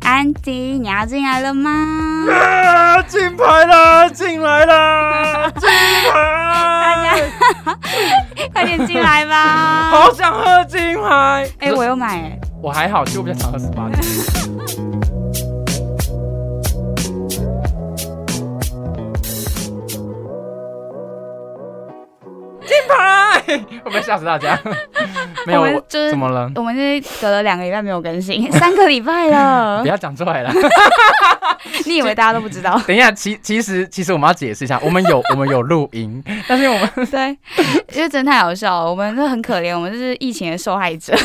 安迪，你要进来了吗？ 啊，进牌啦，进来啦， 进牌！快点进来吧！好想喝金牌。哎、我有买、哎我还好，其实我比较想喝十八禁。金牌，会不会吓死 大家？没有，我们我就是怎么了？我们这隔了两个礼拜没有更新， 三个礼拜了不。要讲出来了。 你以为大家都不知道？等一下，其其实其实我们要解释一下，我们有我们有录音， 但是我们 对，因为真的太好笑了。我们都很可怜，我们就是疫情的受害者，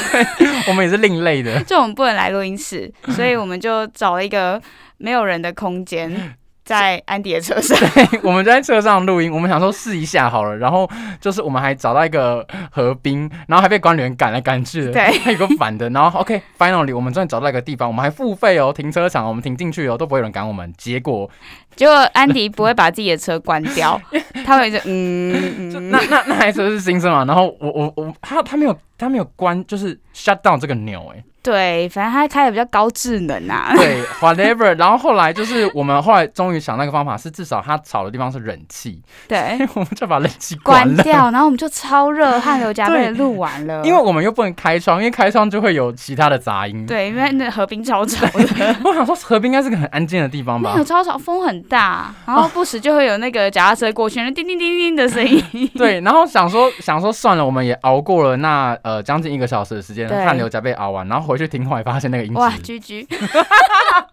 我们也是另类的。就我们不能来录音室，所以我们就找了一个没有人的空间，在安迪的车 上。我们在车上录音，我们想说试一下好了，然后就是我们还找到一个河滨，然后还被管理员赶来赶去的，对，还有个反的，然后 OK，finally，、我们终于找到一个地方，我们还付费哦，停车场我们停进去哦，都不会有人赶我们。结果结果安迪不会把自己的车关 掉，他会一直嗯就嗯，那那那台车是新车啊嘛，然后我我我他他没有他没有关，就是 shut down 这个钮 哎、对，反正他开的比较高智能啊。对，whatever。然后后来就是我们后来终于想到一个方法，是至少它吵的地方是冷气， 对，我们就把冷气关关了。掉，然后我们就超热汗流浃背地录完了。因为我们又不能开窗，因为开窗就会有其他的杂音。，对，因为那河滨超 吵的，我想说河边应该是个很安静的地方 那吧有？超吵，风很大，然后不时就会有那个脚踏车过去，那叮叮叮叮的声音。对，然后想说想说算了，我们也熬过了那呃将近一个小时的时间，对汗流浃背熬完，然后回去听后来发现那个音哇居质，居，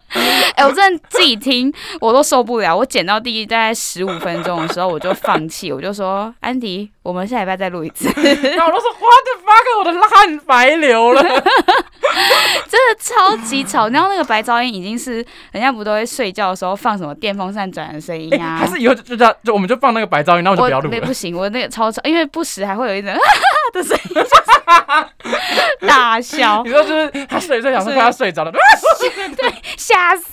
哎、我真的自己听我都受不了。我剪到第一大概十五分钟的时候，我就放弃，我就说安迪，我们下礼拜再录一 次。然后我都说 what the fuck，我的汗白流了。真的超级吵，然后那个白噪音已经是人家不都会睡觉的时候放什么电风扇转的声音 哎啊？还是以后就就这样，就我们就放那个白噪音，然后我就不要录对了。不行，我那个超吵，因为不时还会有一种 哈哈哈的声音，就是 大笑你，说就是他睡一睡，想说快要 睡着了，吓死，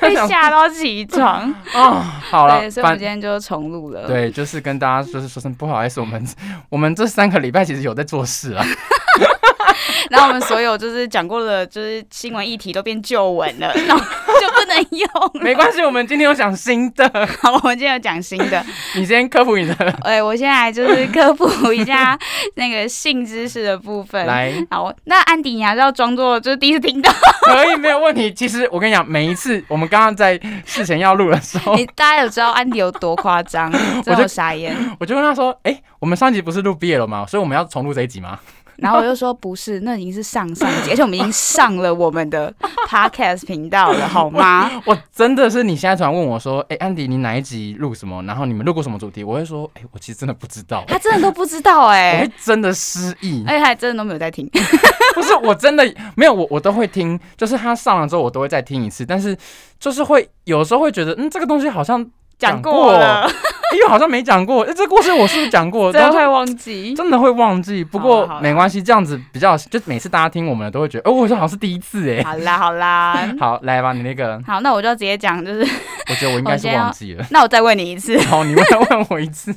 被吓到起床。哦， 好了，对，所以我反们今天就重录了。对，就是跟大家就是说声不好意思，我们我们这三个礼拜其实有在做事啊，然后我们所有就是讲过的，就是新闻议题都变旧闻了，然后就不能用。没关系，我们今天有讲新的， 好，我们今天有讲新的。你先科普你的，哎，我现在就是科普一下那个性知识的部分。来，好，那安迪，你还是要装作就是第一次听到，可以没有问题。其实我跟你讲，每一次我们刚刚在事前要录的时候 你，大家有知道安迪有多夸 张，真的有傻眼。我就问他说，哎、我们上集不是录毕业了吗？所以我们要重录这一集吗？ 然后我就说不是，那已经是上上集，而且我们已经上了我们的 podcast 频道 了，好吗？我真的是你现在突然问我说，哎、安迪，你哪一集录什么？然后你们录过什么主题？我会说，哎、我其实真的不知道。他真的都不知道 哎、我会真的失忆，而且他还真的都没有在听，不是我真的 没有，我我都会听，就是他上了之后我都会再听一次，但是就是会有时候会觉得，嗯，这个东西好像讲过过了，哎又好像没讲过，哎、这故事我是不是 讲过？真的然后会忘记就。真的会忘记，不好过啦好啦啊没关系，这样子比较，就每次大家听我们的都会觉得，哦，我这好像是第一次哎。好啦好 啦，好，来吧，你那个，好，那我就直接讲，就是 我觉得我应该是我先要。忘记了那我啊嗯再问你一次，好，你们再问我一 次，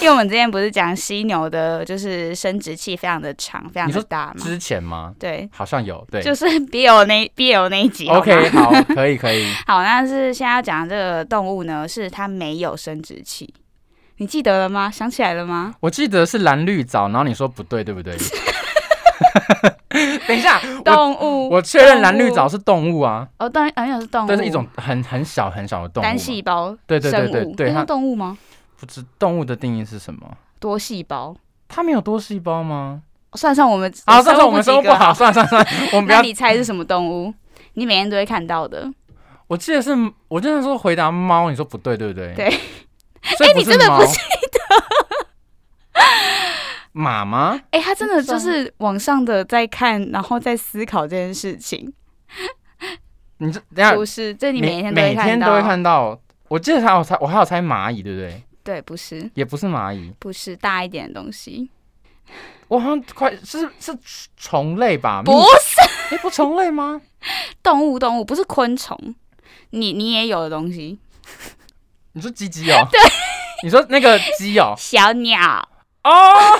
因为我们之前不是讲犀牛的，就是生殖器非常的长，非常你的说大嘛，之前吗？对，好像有，对就是 BL 那 BL 那一集好吗 ，OK，好，可以，可以。好，那是现在要讲的这个动物呢，是它没有生殖器，你记得了吗？想起来了吗？我记得是蓝绿藻，然后你说不对，对不 对？等一下， 我动物，我确认蓝绿动藻物是动物啊，哦，当然好像是动物，这是一种很很小很小的动物嘛。啊单细胞对对对对生物，对，那它是动物吗？不知动物的定义是什么？多细胞，它没有多细胞吗？算上我们啊，算了，我们生生物物及不格好，，算了算了算了，我们不那要。你猜是什么动物？你每天都会看到的，我记得是，我真的说回答猫，你说不对，对不对？对。 所以哎你真的不不记得？ 马吗？哎、他真的不知就道是往上的在看，然后在思考这件事情，你这等一下不是？这你每天都会每每看天到，都会看到。我记得还有猜，我还有猜蚂蚁，对不对？对，不是，也不是蚂蚁，不是大一点的东西，我好像快是是虫类吧？不蜜是诶不虫类吗？动物，动物不是昆虫，你你也有的东西，你说鸡鸡哦？对。你说那个 鸡哦？小鸟，哎、哦。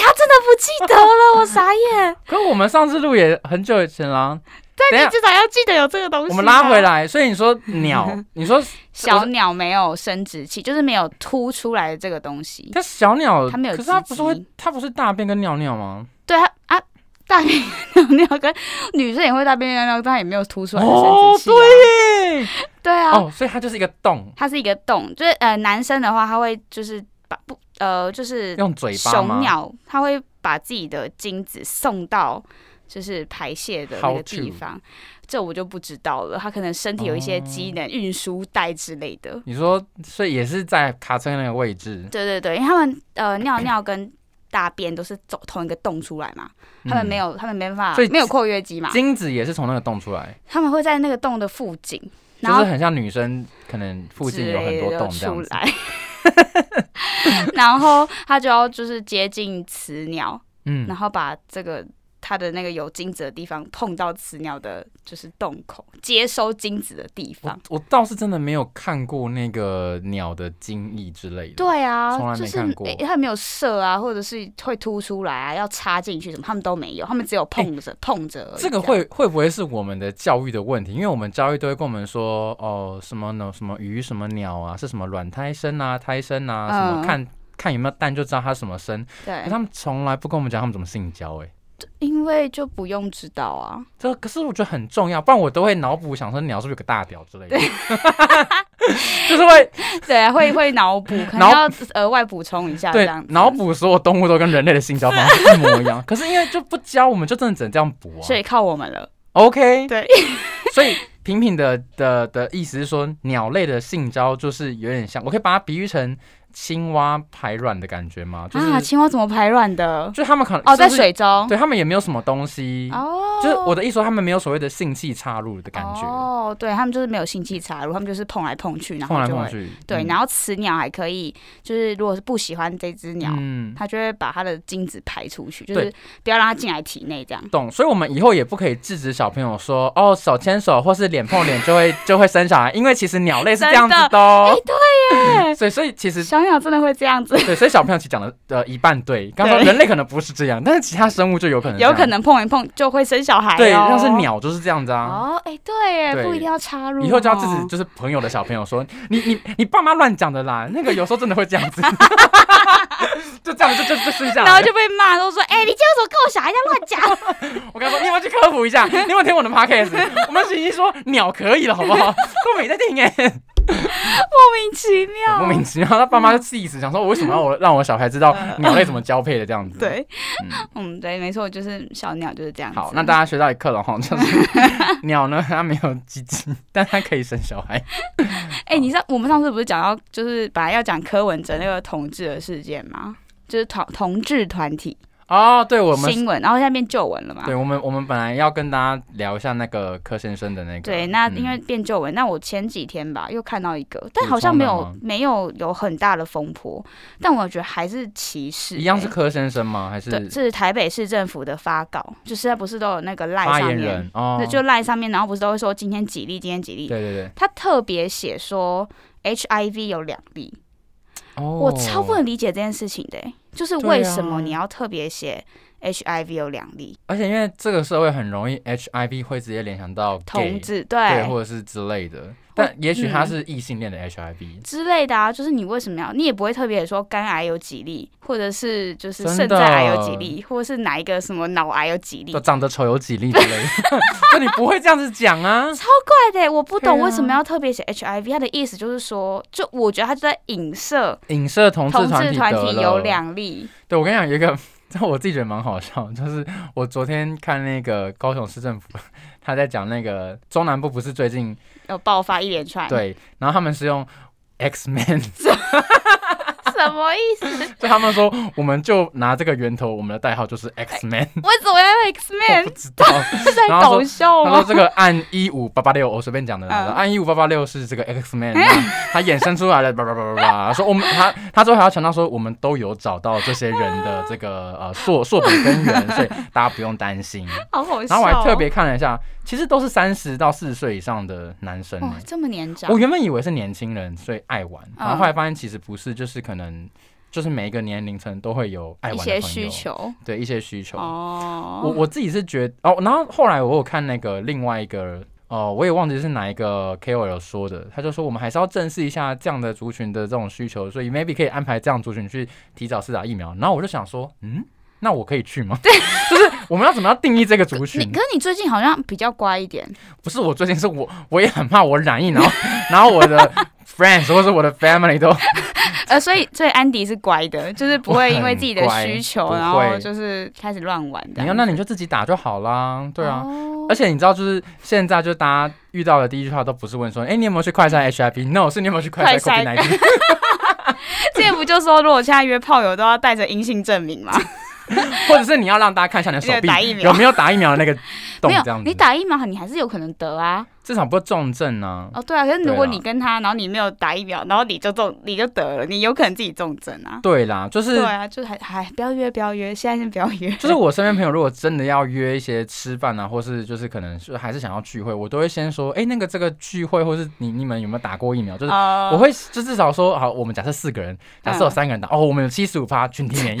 他真的不记得了，我傻眼。可我们上次录也很久以前啦、等一但你下至少要记得有这个东西。我们拉回，来，所以 你说鸟，你说小鸟没有生殖器，就是没有凸出来的这个东西。它小鸟，它没有可是它鸡不是会鸡，它不是大便跟尿尿吗？对啊啊，大便尿尿跟女生也会大便尿尿，但也没有凸出来的生哦殖，器、啊。对耶，对啊，哦，所以它就是一个洞，它是一个洞，就是呃，男生的话他会就是把不呃就是用嘴巴雄吗？鸟，它会把自己的精子送到就是排泄的那 How 个 to？地方，这我就不知道了。它可能身体有一些哦机能运输带之类的。你说，所以也是在卡车那个位置，对对对，因为他们呃尿尿跟大便都是走同一个洞出来嘛，他们没有，他们没办法嗯所以，没有括约肌嘛，精子也是从那个洞出来，他们会在那个洞的附近，就然后是很像女生可能附近有很多洞之这类的样就子出。来。 然后他就要就是接近雌鸟，嗯然，后把这个它的那个有精子的地方碰到雌鸟的，就是洞口，接收精子的地方我。我倒是真的没有看过那个鸟的精液之类的。，对从啊，来没就是看过诶它没有射啊，或者是会凸出来啊，要插进去什么，他们都没有，他们只有碰着、碰着而已。这个会会不会是我们的教育的问题？因为我们教育都会跟我们说，哦，什么呢？什么鱼，什么鸟啊，是什么卵胎生啊，胎生啊，什么嗯看看有没有蛋就知道它什么生。这样可对，他们从来不跟我们讲他们怎么性交、欸，哎，因为就不用知道啊。这可是我觉得很重要，不然我都会脑补想说鸟是不是有个大屌之类的， 就是会对啊，会会脑 补，可能脑要额外补充一下这对样子。脑补所有动物都跟人类的性交方式一模一 样。可是因为就不教，我们就真的只能这样补啊。所以靠我们了。 OK，对， 所以平平的的的意思是说，鸟类的性交就是有点像，我可以把它比喻成青蛙排卵的感觉吗？就是、啊，青蛙怎么排卵的？就他们可能哦，在是不是水中。对他们也没有什么东西，哦，就是我的意思说，他们没有所谓的性器插入的感觉，哦，对他们就是没有性器插入，他们就是碰来碰去，然碰后来就碰会去，对，嗯然后雌鸟还可以，就是如果是不喜欢这只鸟，嗯，它就会把它的精子排出去，就是对不要让它进来体内这样。懂。所以我们以后也不可以制止小朋友说，哦，手牵手或是脸碰脸就会就会生小孩，因为其实鸟类是这样子的哦。对所以所以其实 小鸟真的会这样子， 对，所以小朋友其实讲的呃一半对，刚刚对说人类可能不是这样，但是其他生物就有可能这有样可能碰一碰就会生小孩、哦。嗯对，像是。鸟就是这样子啊。哦，哎、对耶，对不一定要插入哦。以后就要制止，就是朋友的小朋友说，你你你爸妈乱讲的啦，那个有时候真的会这样子， 就这样就就就睡下然后来。就被骂，都说：“哎、你这样怎么跟我小孩一样乱 讲？”我刚说你有没有去科普一下，你有没有听我的 podcast？我们已经说鸟可以了，好不好？ 都没在听哎、莫名其妙，莫名其妙，他爸妈就气死，想说我为什么要我让我小孩知道鸟类怎么交配的这样子。，对嗯，嗯，对，没错，就是小鸟就是这样子。好，那大家学到一课了哈，就是 鸟呢，它没有鸡鸡，但它可以生小孩。哎、你知道我们上次不是讲到，就是本来要讲柯文哲那个同志的事件吗？就是同同志团体哦，对，我们新啊闻，然后现在变旧闻了嘛？对，我们我们本来要跟大家聊一下那个柯先生的那个。对，那嗯因为变旧闻，那我前几天吧又看到一个，但补好像充没的有吗没有有很大的风波，但我觉得还是歧视、一样哎是柯先生吗？还是对，是台北市政府的发稿，就是它不是都有那个赖发上言面，人？哦那，就赖上面，然后不是都会说今天几例，今天几例，对对对。他特别写说 HIV 有两例，哦，我超不能理解这件事情的欸、就是对为什么啊你要特别写 HIV 有两例而且因为这个社会很容易 HIV 会直接联想到 gay, 同志对，对或者是之类的。但也许他是异性恋的 HIV，、之类的啊？就是你为什么要？你也不会特别说肝癌有几例，或者是就是真肾的脏癌有几例，或者是哪一个什么脑癌有几例都？长得丑有几例之 类的， 就你不会这样子讲啊。对的欸，我不懂对啊为什么要特别写 HIV。他的意思就是说，就我觉得他就在影射影射同同志团志团得体了有两例，对，我跟你讲，有一个，这我自己觉得蛮好笑，就是我昨天看那个高雄市政府，他在讲那个中南部不是最近有爆发一连串，对，然后他们是用 X Man，什么意思？ 就他们说我们就拿这个源头，我们的代号就是 X Man，为什 么要 X 我 Man？不知道。在然后搞说笑他说吗？这个按一五八八六，我随便讲的啦，嗯按一五八八六是这个 X Man，他衍生出来了，叭叭叭叭叭，说我们他他最后还要强调说我们都有找到这些人的这个呃硕硕本根源，所以大家不用担心。好好笑、哦。然后我还特别看了一下，其实都是三十到四十岁以上的男生、哇欸。，这么年长嗯我，原本以为是年轻人，所以爱玩，然后后来发现其实不是，就是可能就是每一个年龄层都会有爱一玩的些朋需友求对一些需求。我哦，我自己是觉得哦，然后后来我有看那个另外一个哦，我也忘记是哪一个 KOL 说的，他就说我们还是要正视一下这样的族群的这种需求，所以 maybe 可以安排这样族群去提早施打疫苗。然后我就想说，嗯，那我可以去吗？对， 就是我们要怎么样定义这个族你群可？是你最近好像比较乖一点，不是我最近是我 我也很怕我染疫，然后 然后我 的 friends 或是我的 family 都呃，所以所以安迪是乖的，就是不会因为自己的我很乖需求，不然后会就是开始乱玩的。没有，哎那你就自己打就好啦。对啊，哦而且你知道，就是现在就大家遇到的第一句话都不是问说，哎、你有没有去快筛 HIV？No，是你有没有去快筛快 COVID 筛 nineteen？ 这也不就说，如果现在约炮友都要带着阴性证明嘛？或者是你要让大家看一下你的手有臂打疫苗有没有打疫苗的那个洞没有这样，子，你打疫苗你还是有可能得啊。至少不会重症啊。哦，对啊，可是对如果啦你跟他，然后你没有打疫苗，然后你就中，你就得了，你有可能自己重症啊。对啦，就是对啊，就是还还不要约，不要约，现在先不要 约。就是我身边朋友，如果真的要约一些吃饭啊，或是就是可能是还是想要聚会，我都会先说，哎、那个这个聚会，或是你你们有没有打过疫苗？就是呃我会就至少说，好，我们假设四个人，假设有嗯三个人打，哦，我们有七十五趴群体免 疫。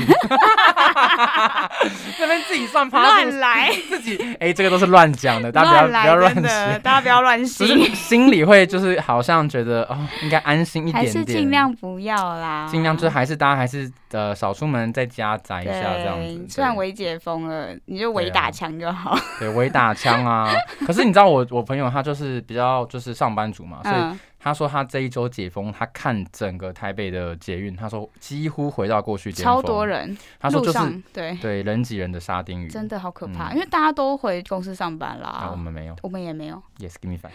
那边自己算趴数乱，来，自己哎、这个都是乱讲的，大家乱不要不要来，乱真的，写。大家不要乱只信，是心里会就是好像觉得哦，应该安心一点还点，是尽量啊不要啦。尽量就还是大家还是呃少出门在家宅一对，下这样子。虽然对围解封了，你就对啊围打墙就好。对围打枪啊，可是你知道我我朋友他就是比较就是上班族啊 嘛，所以嗯，他说他这一周解封，他看整个台北的捷运，他说几乎回到过去巅峰超多，人，他说路就是上对，对人挤人的沙丁鱼，真的好可怕，嗯因为大家都回公司上班啊，我啦。们没有我们也没有， ，yes give me five。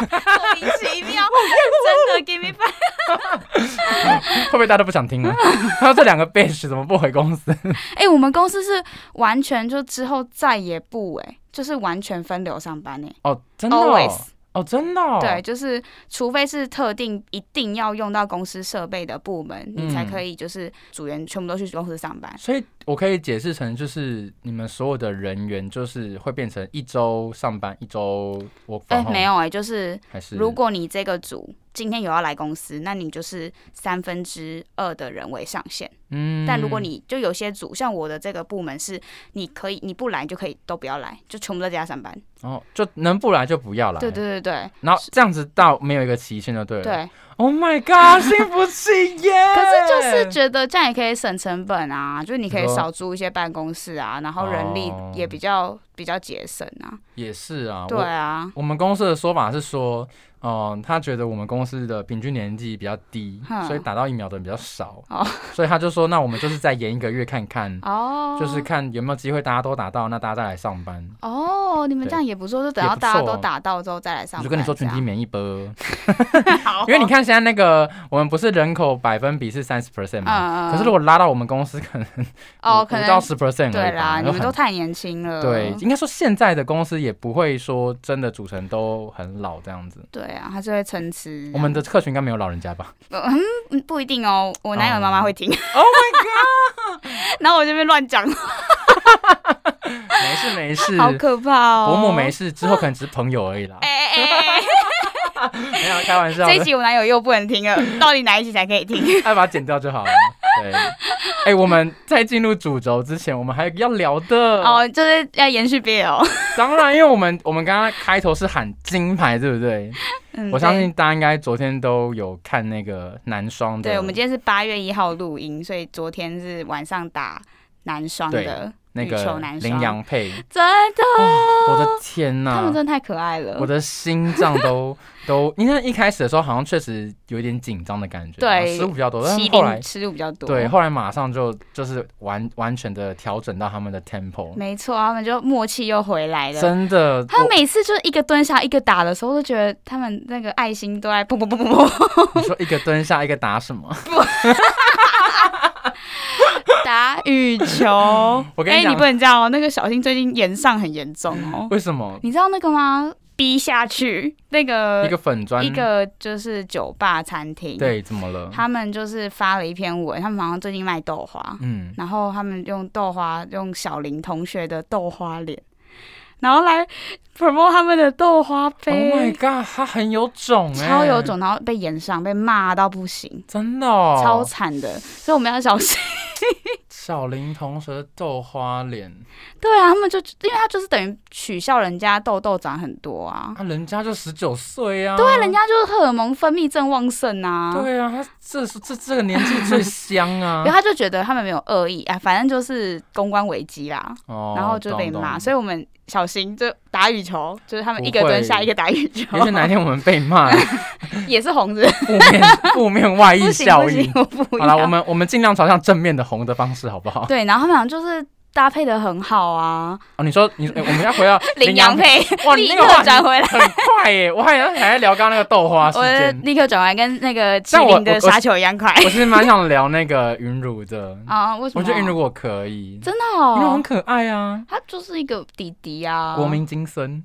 莫名其妙， 真的啊 give me five。会不会大家都不想听了？他说这两个 bitch 怎么不回公司？ 哎，我们公司是完全就之后再也不哎，就是完全分流上班哎。哦，真的哦 Always，哦真的哦对，，就是除非是特定一定要用到公司设备的部门，你才嗯可以就是组员全部都去公司上班。所以我可以解释成就是你们所有的人员就是会变成一周上班，一周我哎，放没有哎，就是还是如果你这个组今天有要来公司，那你就是三分之二的人为上限。嗯但如果你就有些组，像我的这个部门是，你可以你不来就可以都不要来，就全部在家上班。哦就能不来就不要来，对，对对对然后这样子到没有一个期限就对了。对。 ，Oh my god，幸 福企业。可是就是觉得这样也可以省成本啊，就是你可以你说少租一些办公室啊，然后人力哦也比较比较节省啊。也是啊，对我啊，我们公司的说法是说，嗯、他觉得我们公司的平均年纪比较低哼，所以打到疫苗的人比较少，哦所以他就说，那我们就是再延一个月看看，哦，就是看有没有机会大家都打到，那大家再来上班。哦，你们对这样也不错，就等到也不大家错都哦打到之后再来上我班。就跟你说群体这样，免疫吧，好 因为你看现在那个我们不是人口百分比是三十 percent 嘛，嗯，嗯可是如嗯果拉到我们公司可能哦，五可五到能十 percent 对啦，你们都太年轻了。对，应该说现在的公司也不会说真的组成都很老这样子。对啊，还是会参差。我们的客群应该没有老人家吧？ 嗯，不一定哦，我男友的妈妈会听。 Oh my god！然后我 这边乱讲，没事没事，好可怕哦。。伯母没。事，之后可能只是朋友而已啦哎哎哎！ 没有开玩笑这一的，集我男友又不能听了，到底哪一集才可以 听？爱把它剪掉就好了。对，哎，我们在进入主轴之前，我们还要聊的哦，就是要延续哦 BL。当然，因为我们我们刚刚开头是喊金牌，对不对？嗯我相信大家应该昨天都有看那个男双的，对。对，我们今天是八月一号录音，所以昨天是晚上打男双的，那羽个球男双羚羊配，真的，哦我的天他呐们！真的太可爱了我。的心 脏都都，因为一开始的时候好像确实有点紧张的感觉，对失误比较多，但麒是后来麟吃入比较多，对，后来马上就就是完完全的调整到他们的 tempo，没错，他们就默契又回来了。真的，他每次就是一个蹲下一个打的时候，我都觉得他们那个爱心都在砰砰砰砰砰我你说一个蹲下一个打什 么？打羽球。我跟你哎讲你不能这样哦，那个小新最近炎上很严重哦。 为什么？你知道那个吗？逼下去那个一个粉砖，一个就是酒吧餐厅，，对，怎么了？他们就是发了一篇文，他们好像最近卖豆花，嗯，然后他们用豆花用小林同学的豆花脸。然后来 promote 他们的豆花 Oh my 杯， god，他很有种哎、超有，种，然后被延上，被骂到不行，真的、哦，超惨的，所以我们要小心。 小林同学的豆花脸，对啊，他们就因为他就是等于取笑人家痘痘长很多啊，啊，人家就十九岁啊，对，人家就是荷尔蒙分泌正旺盛啊。对啊，他这是这这个年纪最香啊然后，他就觉得他们没有恶意啊，反正就是公关危机啦，哦然后就被骂，所以我们小心就打羽球，就是他们不一个蹲下会一个打羽球以，也许哪天我们被骂，也是红子，负 面负面外不溢行效不应行，。我不好要了，我们我们尽量朝向正面的红的方式，好不好？对，然后他们好像就是搭配的很好啊，哦，你说你说，哎我们要 回到羚羊配，配哇，你立那个话刻题转回来， 很快耶！我还还在聊刚刚那个豆花事 我的件，立刻转回来，跟那个麒但我麟的我杀球一样快我其实蛮想聊那个云乳的，啊！为什么？我觉得云乳我可以，真的因为很哦，可爱啊，他就是一个弟弟啊，国民精神，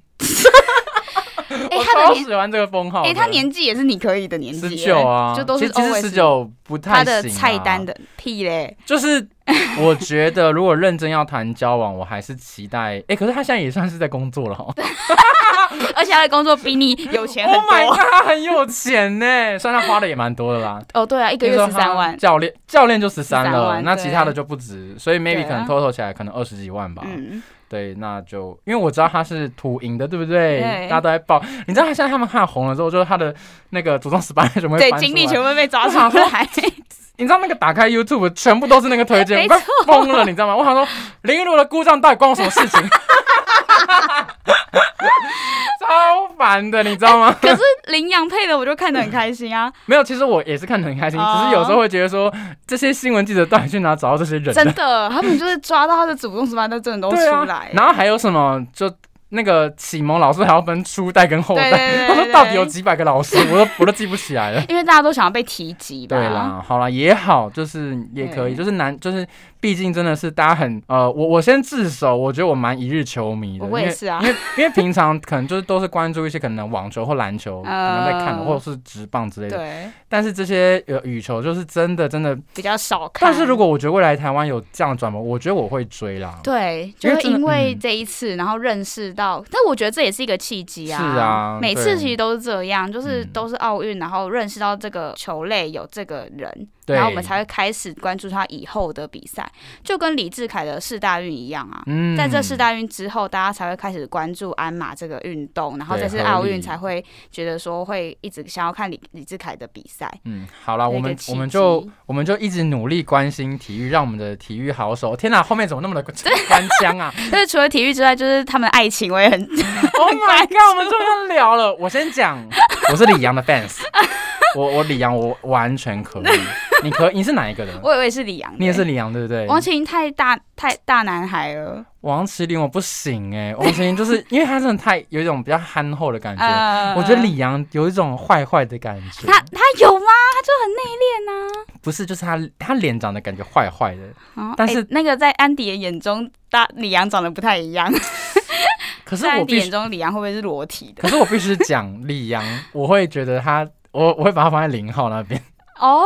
哎，我他的超年喜欢这个封号的。哎，他年纪也是你可以的年纪耶，十九啊，就都其是实其实 always 十九不他太行啊的菜单的屁嘞，就是我觉得，如果认真要谈交往，我还是期待。哎、可是他现在也算是在工作了哦。而且他的工作比你有钱很 Oh my 多 god，他很有钱呢，虽然他花的也蛮多的啦，哦，对啊，一一个月十三万，教练教练就十三13了，万那对其他的就不止，所以 maybe 对啊可能 total 起来可能二十几万吧。嗯，对，那就因为我知道他是土银的，对不对？对大家都在报，你知道他现在他们看红了之后，就是他的那个祖宗十八代怎么会对，翻出精力来？全部被抓出我想 来，你知道那个打开 YouTube 全部都是那个推荐，我没快疯了，你知道吗？我想说林一如的故障到底关我什么事情？ 超烦的，你知道吗？可是羚羊配的我就看得很开心 啊，没有，其实我也是看得很开心，哦只是有时候会觉得说这些新闻记者到底去哪找到这些人真的？的，他们就是抓到他的祖宗十八代真的都对出啊来，，然后还有什么就。那个启蒙老师还要分初代跟后对代，对对他对说对到底有几百个老师，我都我都记不起来了。因为大家都想要被提及吧？对啦，好啦，也好，就是也可以，啊对就是难，就是毕竟真的是大家很呃，我我先自首，我觉得我蛮一日球迷的，我也是啊因为因为因为平常可能就是都是关注一些可能网球或 篮球，可能在看的，嗯或者是直棒之类的，对，但是这些呃羽球就是真的真的，比较少看。但是如果我觉得未来台湾有这样的转播，我觉得我会追啦。对，就因为会真的因为嗯这一次，然后认识到，但我觉得这也是一个契机啊。是啊每对次其实都是这样，就是嗯都是奥运，然后认识到这个球类有这个人，对然后我们才会开始关注他以后的比赛，就跟李志凯的世大运一样啊。嗯在这世大运之后，大家才会开始关注鞍马这个运动，然后对这次合理奥运才会觉得说会一直想要看李李志凯的比赛。嗯，好啦，那我个们契我们就机我们就一直努力关心体育，让我们的体育好手。天哪，后面怎么 那么的官腔啊？但是除了体育之外，就是他们的爱情我也很 Oh my god！我们终于要聊了。我先讲，我是李阳 的 fans，我我李阳我完全可以。你可你是哪一个的？我以为是李阳的，你也是李阳对不对？王麒麟太大太大男孩了，王麒麟我不行哎、王麒麟就是因为他真的太有一种比较憨厚的感觉。呃我觉得李阳有一种坏坏的感觉，他他有吗？他就很内敛呐、不是就是他他脸长得感觉坏坏的，哦嗯但是诶那个在安迪的眼中，大李阳长得不太一样。可是在安我迪必眼须，中，李阳会不会是裸体的？可是我必须讲李阳，我会觉得他，我我会把他放在零号那边，哦，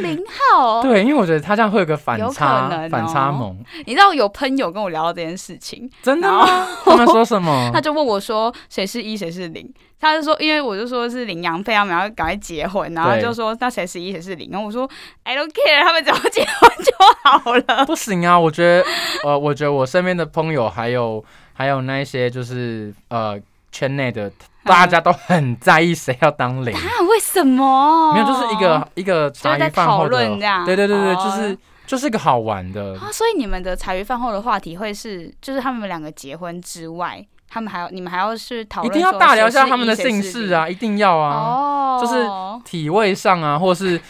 林浩，对，因为我觉得他这样会有个反有可差，能反差哦萌，你知道有朋友跟我聊到这件事情，真的然吗？后 他们说什 么？他就问我说谁是一谁是零，他就说因为我就说是领养费，他们要赶快结婚，然后他对就说那谁是一谁是零，然后我说 I don't care，他们只要结婚就好了。不行啊！我觉得，呃，我觉得我身边的朋友还有还有那一些就是呃圈内嗯的，大家都很在意谁要当零，啊，为什么？没有，就是一个一个哦就茶是在余饭讨后论这的，样。对对对对，哦就是就是个好玩的。啊，所以你们的茶余饭后的话题会是，就是他们两个结婚之外，他们还要你们还要是讨一论定要说大聊一谁下是他们的一谁姓是氏零。啊，一定要啊，哦，就是体位上啊，或 是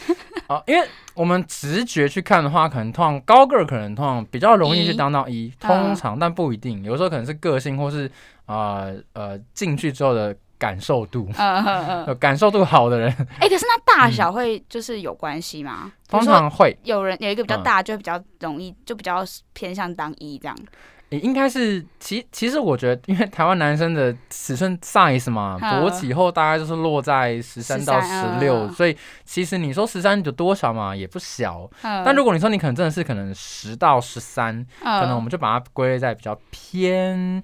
啊、因为我们直觉去看的话，可能通常高个儿可能通常比较容易去一当到一，啊通常、但不一定，有时候可能是个性或是呃呃进去之后的感受度。嗯嗯嗯，呃，感受度好的人，哎、可是那大小会就是有关系吗？比如嗯通说常会，有人有一个比较嗯大，就会比较容易，就比较偏向当一这样。也应该是其其实我觉得，因为台湾男生的尺寸 size 嘛，嗯勃起后大概就是落在十三啊到啊十13六、嗯所以其实你说十三有多少嘛，也不小。嗯，但如果你说你可能真的是可能十到十三、可可能我们就把它归类在比较偏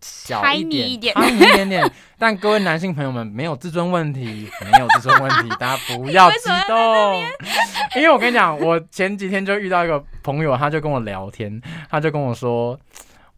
小一猜你一点，点差你一点点。但各位男性朋友们，没有自尊问题，没有自尊问题，大家不要为激什么动。因为我跟你讲，我前几天就遇到一个朋友，他就跟我聊天，他就跟我说，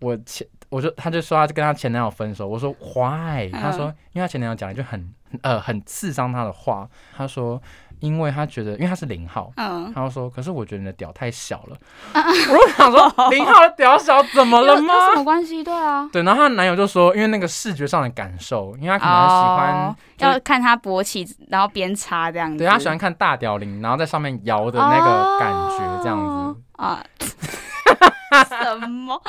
我前我就他就说他跟他前男友分手，我说 why？、他嗯说因为他前男友讲一句很呃很刺伤他的话，他说因为他觉得因为他是零号，嗯，他就说可是我觉得你的屌太小了， 我就想说零号的屌小怎么了有吗？有什么关系？对啊，对，然后她男友就说，因为那个视觉上的感受，因为他可能喜欢哦就是要看他勃起，然后边插这样子。对他喜欢看大屌铃，然后在上面摇的那个感觉，这样子。哦啊。什么？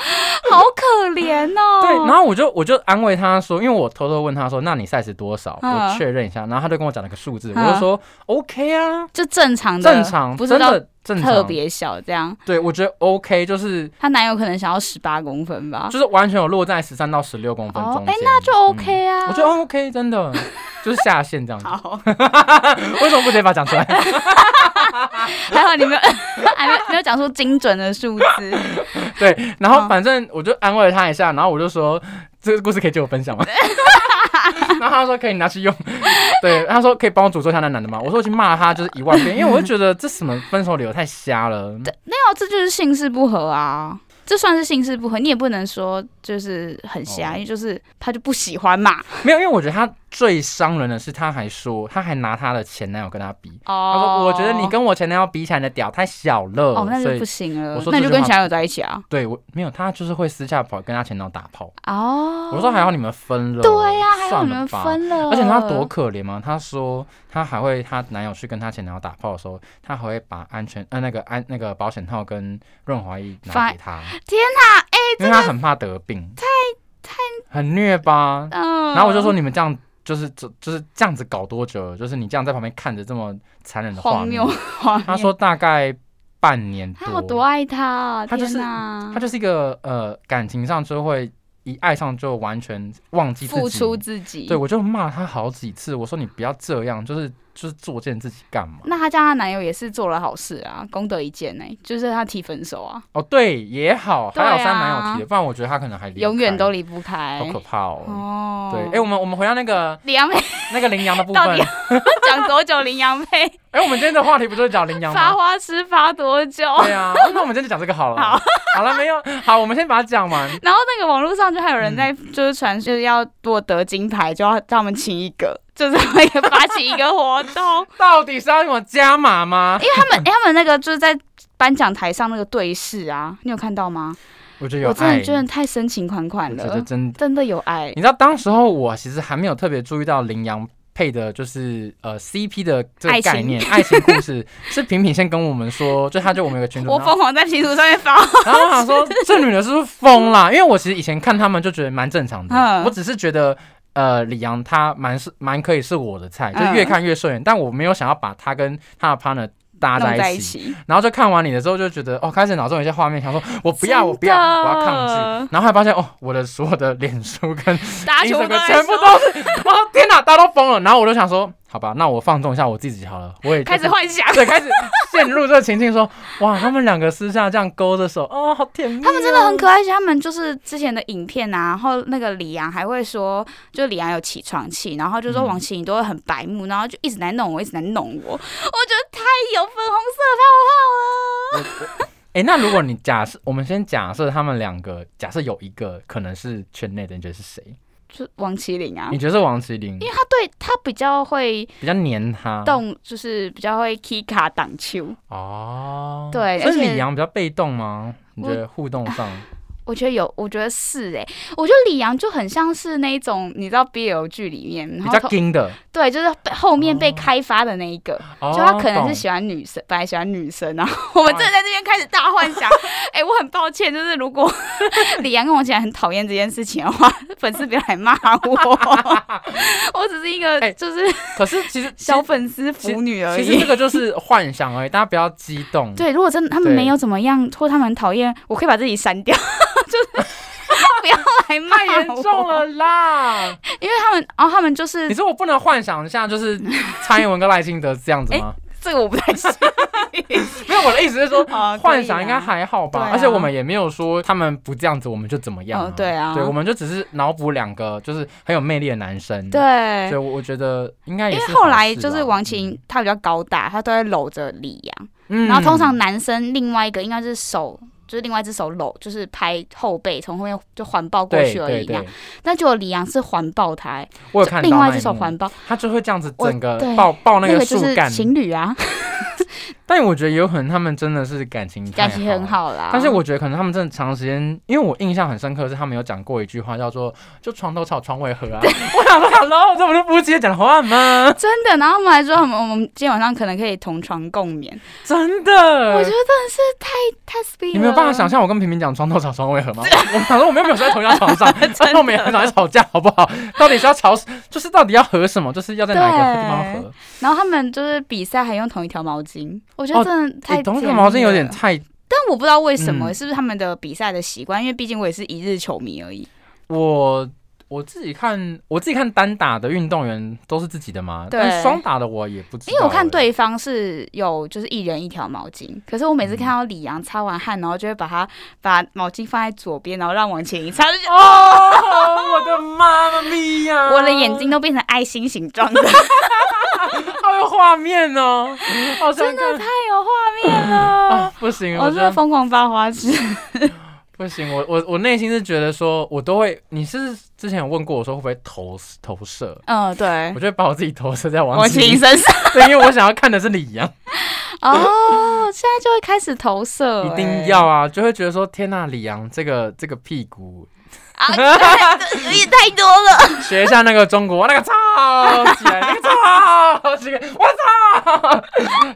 好可怜哦。 对，然后我就我就安慰他说，因为我偷偷问他说，那你 size 多少？嗯我确认一下，然后他就跟我讲了个数字，嗯我就说 OK 啊，就正常的，正常，不真是到的正常，特别小这样。对我觉得 OK，就是她男友可能想要十八公分吧，就是完全有落在十三到十六公分啊哦中间，哎那就 OK 啊。嗯我觉得 OK，真的就是下限这样子。好， 为什么不直接把它讲出来？ 还好你没有 还没有没有讲出精准的数 字。对，然后嗯反正我就安慰了他一下，然后我就说这个故事可以借我分享 吗？然后他说可以拿去用，对，他说可以帮我诅咒一下那男的吗？我说我去骂他就是一万遍，因为我就觉得这什么分手理由太瞎了。哦，这就是性事不合啊，这算是性事不合，你也不能说就是很瞎，哦因为就是他就不喜欢嘛。没有，因为我觉得他最伤人的是，他还说他还拿他的前男友跟他比，哦他说我觉得你跟我前男友比起来，你的屌太小了，哦，那所就以不行了我，说那这就句跟话小友在一起啊。对我没有，他就是会私下跑跟他前男友打炮。哦，我说还好你们分了，对呀、还好算你了们吧分了，而且她多可怜嘛，她说她还会她男友去跟她前男友打炮的时候，她还会把安全呃那个安那个保险套跟润滑液拿给他。天哪，哎、因为她很怕得病，太太很虐吧。嗯，然后我就说你们这样就是就就是这样子搞多久了？就是你这样在旁边看着这么残忍的画荒面谬。，荒谬她说大概半年他有多，多爱他啊，他就是天哪她就是一个呃感情上就会一爱上就完全忘记自己付出自己，对，我就骂他好几次，我说你不要这样，就是就是作践自己干嘛？那她叫她男友也是做了好事啊，功德一件呢、就是她提分手啊，哦，对，也好，还好对啊三男友提的，不然我觉得他可能还离不永远开都离不开。好可怕哦。哦，对，哎、我们我们回到那个羚羊配那个羚羊的部分到，底要讲多久？羚羊 配哎、我们今天的话题不就是讲羚羊发吗？花痴发多久？对啊，那我们今天就讲这个好了。好，好了，没有，好，我们先把它讲完。然后那个网络上就还有人在嗯就是传，就是要如果得金牌就要叫他们请一个， 就是会发起一个活 动，到底是要用我加码吗？因为他们、哎他们那个就是在颁奖台上那个对视啊，你有看到吗？我觉得有我真爱，的觉得太深情款款我觉得了，真真的有爱你知道当时候我其实还没有特别注意到羚羊配的，就是呃 CP 的这个爱情概念，爱情故事是平平先跟我们说，就他就我们有个群主，我然后疯狂在群组上面发，然后我想说这女的是不是疯啦？因为我其实以前看他们就觉得蛮正常的嗯，我只是觉得。呃，李阳他蛮是蛮可以是我的菜，就嗯越看越顺眼，但我没有想要把他跟他的 partner 搭弄在在一一起。起，然后就看完你的之后就觉得，哦，开始脑中有一些画面，想说我不要，真的我不要，我要抗拒。然后还发现，哦，我的所有的脸书跟大家全全部部都在全部说都是，哇天哪，大家都疯了。然后我就想说，好吧，那我放纵一下我自己好了，我也、开始，幻想。对，开始陷入这个情境说，哇，他们两个私下这样勾着手，哦，好甜蜜、他们真的很。可爱，而且他们就是之前的影片啊，然后那个李阳还会说，就李阳有起床气，然后就说嗯王麒麟都会很白目，然后就一直来弄我，一直来弄我，我觉得太有粉红色哎、那如果你假设，我们先假设他们两个，假设有一个可能是圈内的，你觉得是谁？泡泡了，就王麒麟啊你，觉得是王麒麟因？为他对他比较会比较黏他。动，就是比较会 k 卡挡球，哦，对所以而且啊李阳比较被动吗？你觉得互动上？我觉得有，我觉得是诶、我觉得李阳就很像是那一种你知道 BL 剧里面，然比后较头硬的，对，就是被后面被哦开发的那一个。哦就他可能是懂喜欢女生，本来喜欢女生，然后我们正在这边开始大幻 想。哎、我很抱歉，就是如果 李阳跟我讲很讨厌这件事情的话， 粉丝不要来骂 我，我只是一个哎就是可是其实小粉丝腐女而其实已这。个就是幻想而已，大家不要激动。 对，如果真的他们对没有怎么样，或他们很讨厌，我可以把自己删掉， 就是不要来骂太严重我，了啦！因为他们，哦，他们就是哎你说我不能幻想一下，就是蔡英文跟赖清德这样子吗？这个我不太信。没有我的意思是说，哦 幻想应该还好吧，对啊而且我们也没有说他们不这样子我们就怎么样、哦对啊对，我们就只是脑补两个就是很有魅力的男生。，所以对。我我觉得应该也因是为后来好事就啊是王琴，她比较高大，她都会搂着李阳，嗯然后通常男生另外一个应该是手，就是另外一只手搂，就是拍后背，从后面就环抱过对去而对已。那对，但结果李阳是环抱他、欸，我有看到另外一那只一手幕环抱，他就会这样子我整个对抱抱那个就树是干，情侣啊，但我觉得也有可能他们真的是感情 太感情很好。好啦。但是我觉得可能他们真的长时间，因为我印象很深刻是他们有讲过一句话叫做“就床头吵，床尾和”啊。我想说，Hello，这不是夫妻讲的话吗？真的，然后他们还说我们我们今天晚上可能可以同床共眠，真我觉得，的真的是太太 sweet 了。你没有办法想象我跟平平讲床头吵，床尾和 吗？我我想说我们又没有睡在同一张床上，但我们也很少在吵架，好不好？到底是要吵，就是到底要和什么？就是要在哪一个地方和？然后他们就是比赛还用同一条毛巾，我觉得哦真的太哎，甜同了、一条毛巾有点太但我不知道为什么，嗯是不是他们的比赛的习惯？因为毕竟我也是一日球迷而已。我我自己看，我自己看单打的运动员都是自己的嘛，对但双打的我也不知道欸、因为我看对方是有就是一人一条毛巾，可是我每次看到李阳擦完汗，然后就会把他把毛巾放在左边，然后让往前一擦，就觉得 哦，我的妈妈咪呀、我的眼睛都变成爱心形状 啊的，好有画面哦，好想看太有画面了。啊！不行，我我真觉的得疯狂发花 痴，不行，我我我内心是觉得说，我都会，你是之前有问过我说会不会投投射？嗯，对我，就会把我自己投射在王我麒情麟，身上对，因为我想要看的是李阳， 哦，现在就会开始投射、欸一定要啊，就会觉得说天呐、李阳这个这个屁股，哎啊，这也太多了。学一下那个中国那个操起来，那个操起来，我操，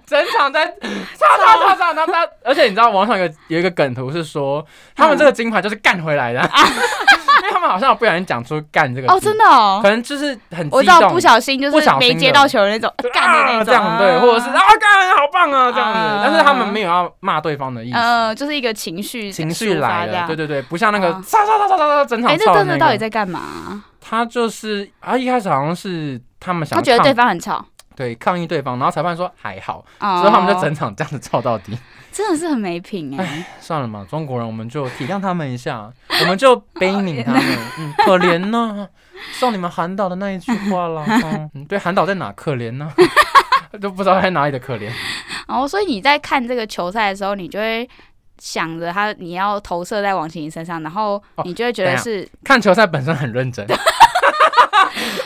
整场在操操操操，然后他，而且你知道网上有个有一个梗图是说，他们这个金牌就是干回来的，因为他们好像有不小心讲出“干”这 个哦，真的哦可，能就是很我激知道动，不小心就不是小心没接的到球的那种就干的那种，啊嗯这样对，或者是啊干好棒啊这样啊子，但是他们没有要骂对方的意思，呃，就是一个情绪情绪来了，对对。对对，不像那个啊操操操操操整哎场，那操的真的到那底个，在干嘛？他就是啊一开始好像是他们想他觉得抗对方很吵，对，抗议对方，然后裁判说还好，哦之后他们就整场这样子吵到 底。真的是很没品 哎。算了嘛，中国人我们就体谅他们一下， 我们就悲悯他们，哦嗯，可怜呢、送你们韩导的那一句话 啦，嗯，对，韩导在哪？可怜呢、 都不知道在哪里的可怜。然哦后，所以你在看这个球赛的时候，你就会想着他，你要投射在王晴身上，然后哦你就会觉得等一下是看球赛本身很认真，这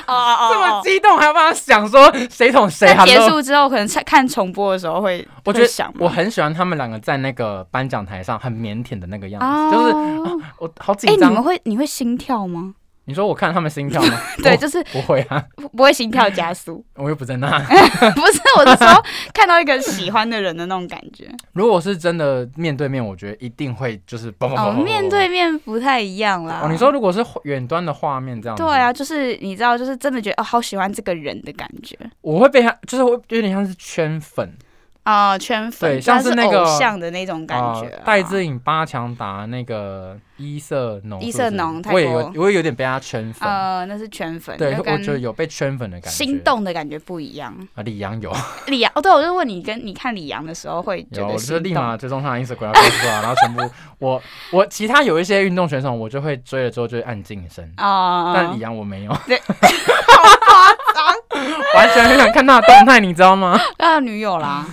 哦哦么激动还要帮他想说谁捅谁但结 hello 束之后，可能看看重播的时候会，我觉得会想我很喜欢他们两个在那个颁奖台上很腼腆的那个样子，啊，就是是我好紧哎，你张。们会你会心跳 吗？？你说我看他们心跳吗 对，我就是不会啊，不不会心跳加 速， 我又不在那。不是，我是说看到一个喜欢的人的那种感 觉。如果是真的面对面，我觉得一定会就是嘣嘣哦，嘣嘣面对面不太一样啦。哦，你说如果是远端的画面这样，对啊，，就是你知道，就是真的觉得哦，好喜欢这个人的感觉我会被他就是会有点像是圈粉啊、圈粉，对就像是是那个偶像的那种感觉呃啊、戴志颖八强打那个伊瑟农，伊瑟农是不是我也泰国有我也有点被他圈粉，呃，那是圈粉，对，就我跟觉得有被圈粉的感觉。心动的感觉不一样。啊，李阳有李阳，哦，对，我就问你，跟你看李阳的时候会 觉有，我得就心立动马。追踪他的 Instagram 告诉他，然后全部我我其他有一些运动选手，我就会追了之后就会按静声，啊、但李阳我没有， 对完全很想看他的动态，你知 道吗？他有女友 啦，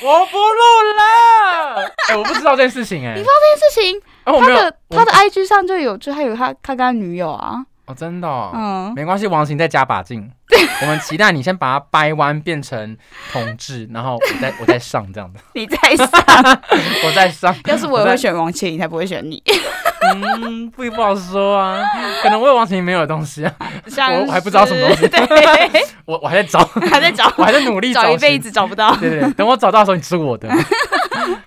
我不录了。 哎、我不知道这件事情哎、你这件事情哦，我他没有，的他的 IG 上就有，就还有他他跟他女友啊，哦，真的、哦，嗯，没关系，王行再加把劲。 我们期待你先把它掰弯变成同志，然后我再我再上这样子，你在想，我 再上。要是我也我在会选王千里，才不会选你。嗯，不不好说啊，可能我有王行没有的东西啊，像我我还不知道什么东西是对，我我还在找，还在找，我还在努力找一寻辈。子找不到。对对，对等我找到的时候，你是我 的。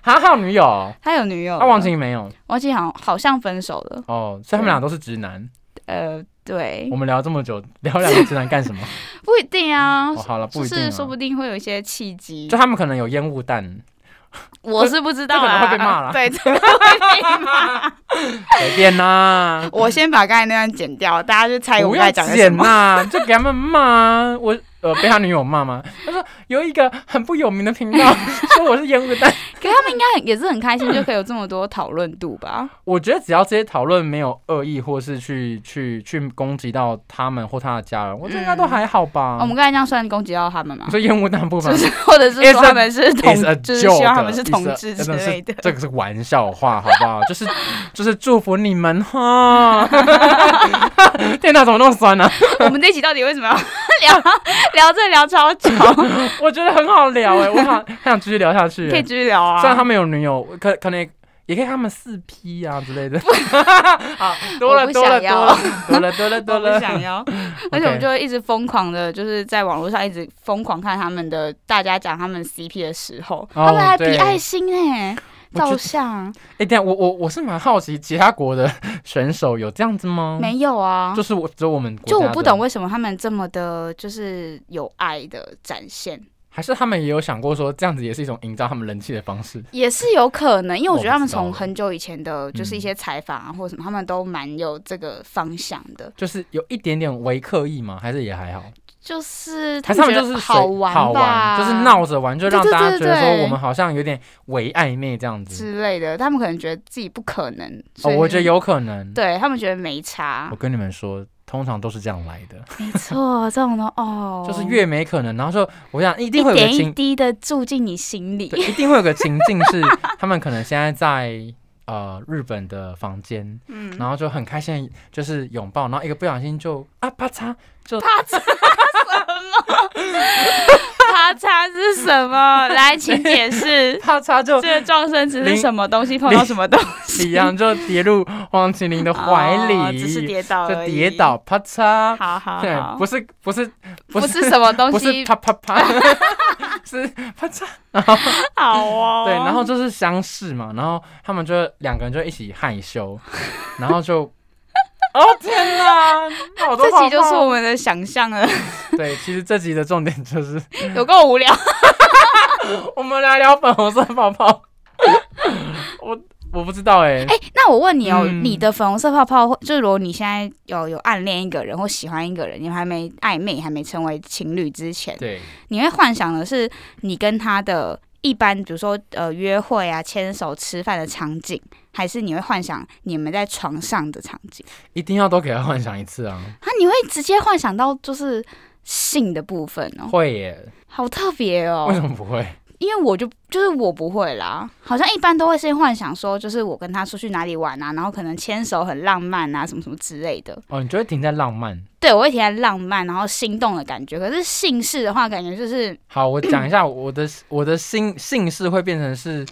还还有女友哦，他有女友了，啊，王行没有王琴好像好像分手了。哦，所以他们俩都是直男。呃，对我，们聊这么久，聊两个直男干什么？ 不一定啊，哦，好了，不就一定啊。是说不定会有一些契机就。他们可能有烟雾弹，我是不知道这可啦，能会被骂啦对，这个会被骂。，随便啦 哎我先把刚才那段剪掉，大家就猜我不们刚才要讲的什 剪么。啦，就给他们骂啊。我呃被他女友骂吗？他说有一个很不有名的 频道说我是烟雾弹，可他们应该很也是很开心，就可以有这么多讨论度吧？我觉得只要这些讨论没有恶意或是去去去攻击到他们或他的家人，我觉得应该都还好吧。哦我们刚才这样算攻击到他们吗你？说烟雾弹部 分就是或者是 It's 说 a- 他们是同 It's a，就是希望他们 joke，是同 it's a- 志真之的是类 的。这个是玩笑话，好不好？ 就是就是祝福你们 哈。天哪，怎么那么酸啊呢、 我们这一集到底为什么要 聊聊这聊超 久？ 我觉得很好聊 哎、我想还想继续聊下去、可以欸。继续聊啊。虽然他们有女友，可可能也可以他们四 P 啊之类 的。好，多我了不多了想多要了多了多了多 我不了。想要，而且我就一直疯狂的，就是在网络上一直疯狂看他们的，大家讲他们 CP 的时候，他们还比对爱心哎、哦我觉得照相哎、等一下我我我是蛮好奇，其他国的选手有这样子吗？没有啊嗯就。是我只有我们国就家我的不懂，为什么他们这么的，就是有爱的展现，还是他们也有想过说这样子也是一种营造他们人气的方式。也是有可能，因为我觉得他们我从不知道很久以前的，就是一嗯些采访啊或者什么，他们都蛮有这个方向的，就是有一点点微刻意吗？还是也还好？就是还他是他们们觉就是得随好玩好吧，玩，就是闹着玩，就让对对大家对觉对得说我们好像有点为暧昧这样子。之类的，他们可能觉得自己不可能，哦，所以我觉得有可能。对啊他们觉得没差我，跟你们说，通常都是这样来的， 没错，这种的哦，就是越没可能，然后就我想一一定会有个点一情，滴的住进你心里对，，一定会有个情境是 他们可能现在在。呃，日本的房间，嗯，然后就很开心，就是拥抱，然后一个不小心就啊啪嚓，啪嚓是什 ，么？来，请解释啪嚓就这个撞生词是什么东西碰到什么东西？李阳就跌入黄麒麟的怀里，哦只是跌倒， 就跌倒，，啪嚓，好好对，好不，是不是不不是什么东不是西，啪啪 啪，是啪嚓。好哦，对，然后就是相视嘛，然后他们就两个人就一起害羞， 然后就，哦天哪，那我都这好集就是怕我们的想象了，对，其实这集的重点就是有够无聊，我们来聊粉红色泡泡。 我我不知道哎、哎、 那我问你哦，嗯你的粉红色泡泡会，就是如果你现在有有暗恋一个人或喜欢一个人，你们还没暧昧，还没成为情侣之前，对，你会幻想的是你跟他的一般，比如说呃约会啊、牵手、吃饭的场景，还是你会幻想你们在床上的场景？一定要多给他幻想一次啊！啊，你会直接幻想到就是性的部分哦，会耶，好特别哦为。什么不会？因为我就就是我不会啦，好像一般都会先幻想说，就是我跟他出去哪里玩啊，然后可能牵手很浪漫啊，什么什么之类的。哦，你就会停在浪漫。对，我会体验浪漫，然后心动的感觉。可是姓氏的话，感觉就是好，我讲一下我的我的姓姓氏会变成是，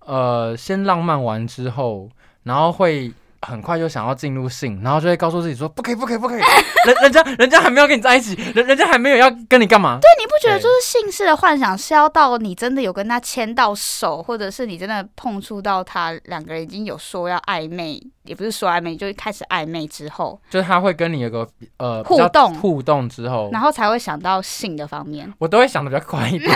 呃，先浪漫完之后，然后会很快就想要进入性，然后就会告诉自己说不可以不可以不可以，人人家人家还没有跟你在一起，人人家还没有要跟你干嘛？对，那你不觉得就是姓氏的幻想是要到你真的有跟他牵到手，或者是你真的碰触到他，两个人已经有说要暧昧，也不是说暧昧，就是开始暧昧之后，就是他会跟你有个呃比互较动互动之后，然后才会想到性的方面。我都会想的比较快一 点，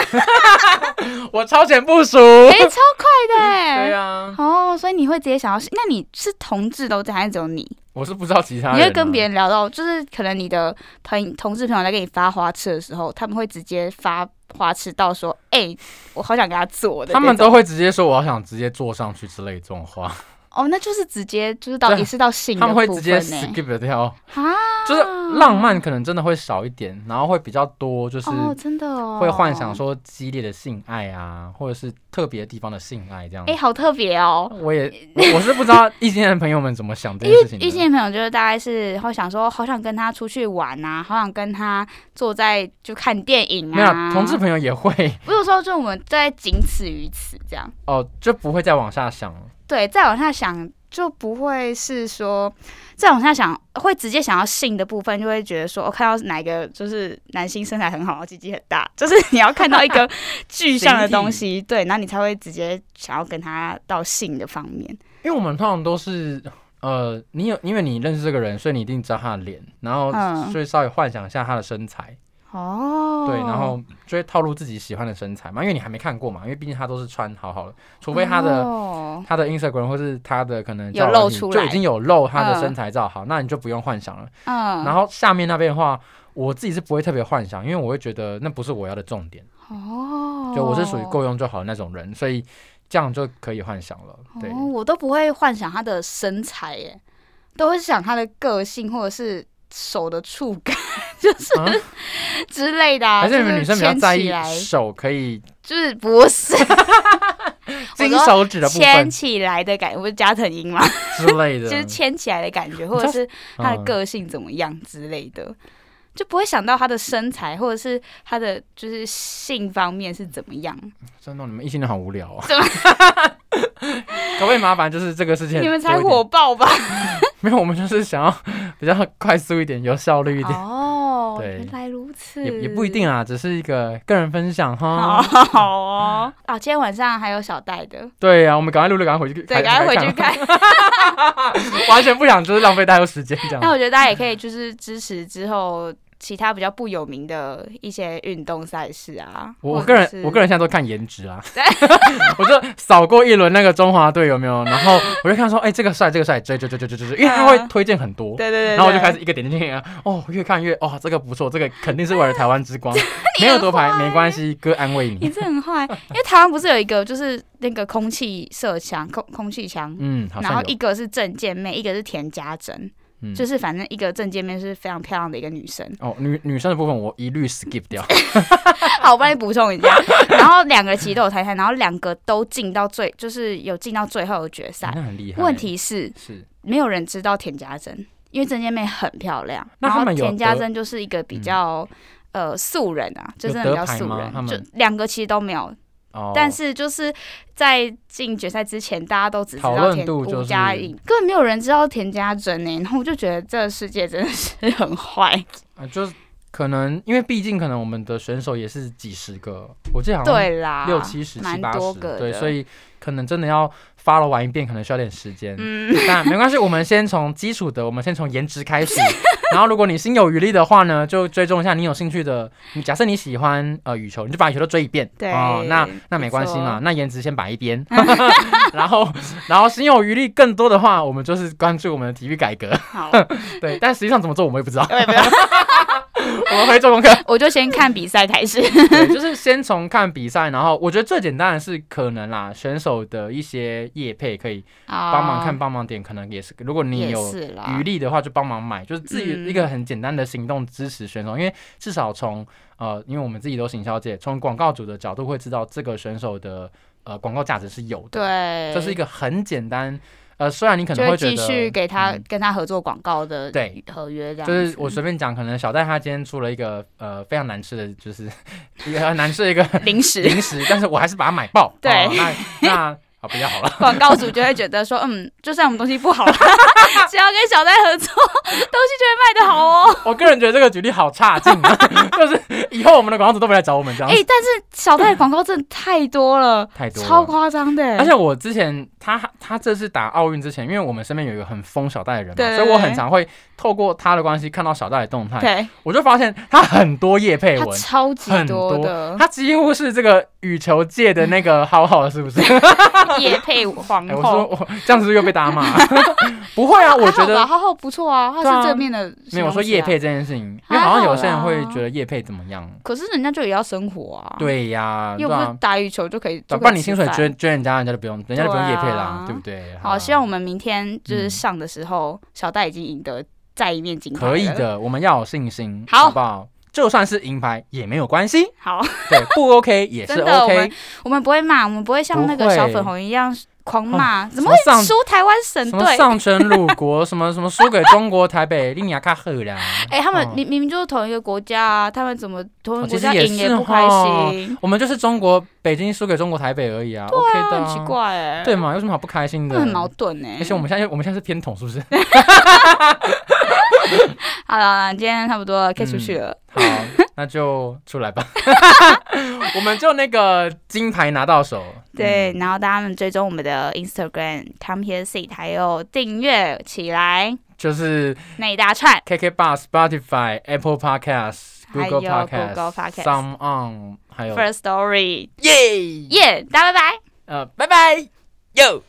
我超前部署。诶，超快的、欸！对啊，哦，所以你会直接想要性？那你是同志都在，还是只有你？我是不知道其他人、啊，你会跟别人聊到，就是可能你的朋同事朋友在给你发花痴的时候，他们会直接发花痴到说：“哎、我好想跟他做的。”他们都会直接说我好想直接坐上去之类这种话，哦，那就是直接就是到对也是到性的他们会部直接分欸呢 skip 掉。啊，就是浪漫可能真的会少一点，然后会比较多，就是哦，真的哦，会幻想，说激烈的性爱啊，或者是特别地方的性爱这样哎、。好特别哦。我也我我是不知道异性恋的朋友们怎么想这因件为事情异的。性朋友就是大概是会想说，好想跟他出去玩啊，好想跟他坐在就看电影没有啊。啊，同志朋友也会 不是说就我们在仅此于此这样。哦，就不会再往下想了。对，再往下想就不会是说，再往下想会直接想要性的部分，就会觉得说，我、哦看到哪一个就是男性身材很好，鸡鸡很大， 就是你要看到一个具象的东西，对，然后你才会直接想要跟他到性的方面。因为我们通常都是呃，你有因为你认识这个人，所以你一定知道他的脸，然后嗯所以稍微幻想一下他的身材，哦，对，然后就会套路自己喜欢的身材嘛，因为你还没看过嘛，因为毕竟他都是穿好好的，除非他的哦他的 Instagram 或是他的可能有交友露软体出就来已经有露他的嗯身材照，好，那你就不用幻想了。嗯，然后下面那边的话，我自己是不会特别幻想，因为我会觉得那不是我要的重点，哦，就我是属于够用就好的那种人，所以这样就可以幻想了。对，哦，我都不会幻想他的身材耶，都会想他的个性或者是手的触感， 就是、啊 之类的、啊。还是你们女生比较在就意是牵起来手可以就是不是金手指 的部牵分啊起来的感觉，不是加藤鹰吗？之类 的，嗯就是牵起来的 感觉，或者是他的个性怎么样之类的，就不会想到他的身材或者是他的就是性方面是怎么样。嗯真的，你们异性恋好无聊啊怎！可不可以麻烦就是这个事情，你们才火，爆吧？没有，我们就是想要比较快速一点，有效率一点，哦，对原来如此，也也不一定啊，只是一个个人分享好哈。嗯好哦，啊，今天晚上还有小戴的， 对呀、啊，我们赶快录了，赶快回去，对，赶快回去看，看。完全不想就是浪费大家的时间这那样。我觉得大家也可以就是支持之后其他比较不有名的一些运动赛事啊。我或我者个人是我个人现在都看颜值 啊， 我就扫过一轮那个中华队有没有，然后我就看说，哎、这个帅，这个帅，追追追追追追，因为他会推荐很多，嗯对对对，然后我就开始始一个点进去，哦，越看越哦，这个不错，这个肯定是为了台湾之光，没有夺牌没关系，哥安慰 你你。这很坏，因为台湾不是有一个就是那个空气射枪、空空气枪。嗯，好然后像一有，个是郑健妹，一个是田家珍，嗯就，是反正一个郑健妹是非常漂亮的一个女 生。哦，女女生的部分我一律 skip 掉，好，我帮你补充一下。然后两个其实都有参赛，然后两个都进到最，就是有进到最后的决赛。那很嗯厉害。啊问题是，是，没有人知道田家珍，因为郑健妹很漂亮，那然他后们有田家得嗯珍就是一个比较、呃素人啊，就有真的比得较牌素吗他人，就们两个其实都没有，哦，但是就是在进决赛之前，大家都只知讨道论田度就吴佳是颖，根本没有人知道田家珍欸呢、然后我就觉得这个世界真的是很坏，啊就是可能因为毕竟可能我们的选手也是几十个，我记得好像对啦，六七十、七蛮八多十，个对，的所以可能真的要 follow 完一遍，可能需要点时间。嗯，但没关系，我们先从基础的，我们先从颜值 开始。然后，如果你心有余力的话呢，就追踪一下你有兴趣的。你假设你喜欢呃羽球，你就把羽球都追一遍。对哦，那那没关系嘛，那颜值先摆 一边。 然后，然后心有余力更多的话，我们就是关注我们的体育改革。好，对，但实际上怎么做我们也不知道，我也不要， 我们会做 功课。我就先看比赛开 始，对，就是先从看比赛，然后我觉得最简单的是可能啦，选手的一些业配可以帮帮忙看帮忙点，可能也是。如果你啊也有是啦，嗯余力的话，就帮忙买，就是自己一个很简单的行动支持选手，因为至少从呃，因为我们自己都行销界，从广告主的角度会知道这个选手的呃广告价值是有的，对，这是一个很简单。呃，虽然你可就能会会觉得继续给他、嗯跟他合作广告的对合约这样就子。是我随便讲，可能小戴他今天出了一个呃非常难吃的，就是 一个很难吃的一个零食零食，但是我还是把它买爆。对哦那那啊比较好了。广告主就会觉得说，嗯，就算我们东西不好了， 只要跟小戴合作， 东西就会卖得好哦。我个人觉得这个举例好差劲啊， 就是以后我们的广告主都不来找我们这样哎、子，但是小戴的广告真的太多了，太多了超夸张的。而且我之前他他这次打奥运之前，因为我们身边有一个很疯小戴的人嘛，对对所以我很常会透过他的关系看到小戴的动态，对，我就发现他很多叶配他文。超级的他几乎是这个羽球界的那个 浩浩，是不是？ 哎、夜配皇我说后。我这样子又被 打骂，不会啊，我觉还好吧得浩浩不错啊，他对啊是正面的、没有我说叶夜配，这件事情，因还为好好像有些人会啦觉得叶配怎么样？可是人家就也要生活啊。，对呀，对又不是啊，打羽球就可以。就可早以不然你薪吃水饭捐捐人家，人家就不用，人家就不用对叶啊配啦，对不对？好，啊希望我们明天就是嗯上的时候，小戴已经赢得再一面金牌。可以。的，我们要有信心，好不好？就算是银牌也没有关系，好， 对，不 OK 也是真的我 OK 们。我们不会骂，我们不会像那不个会小粉红一样狂骂，怎么么上会输台湾省什么队？上权辱国，什么什么输给中国台北，利尼亚卡赫啦。哎、他们哦明明明就是同一个国家啊，他们怎么同一个哦其国实家也赢也是不开哦心？我们就是中国北京输给中国台北而已啊，OK 的啊，啊，很奇怪哎、对嘛？有什么好不开心他的们？很矛盾哎、而且我们现在我们现在是偏统，是不是？好了，今天差不多了可以出嗯去了。好，那就出来吧。 我们就那个金牌拿到手。嗯对，然后大家们追踪我们的 Instagram Come Here Sit，还有订阅起来嗯，就是那一大串。 KK Bar、Spotify、Apple Podcasts、还有 Google Google Podcasts、 Podcasts Some On，还有 First Story，耶耶大家拜拜。呃，拜拜，Yo。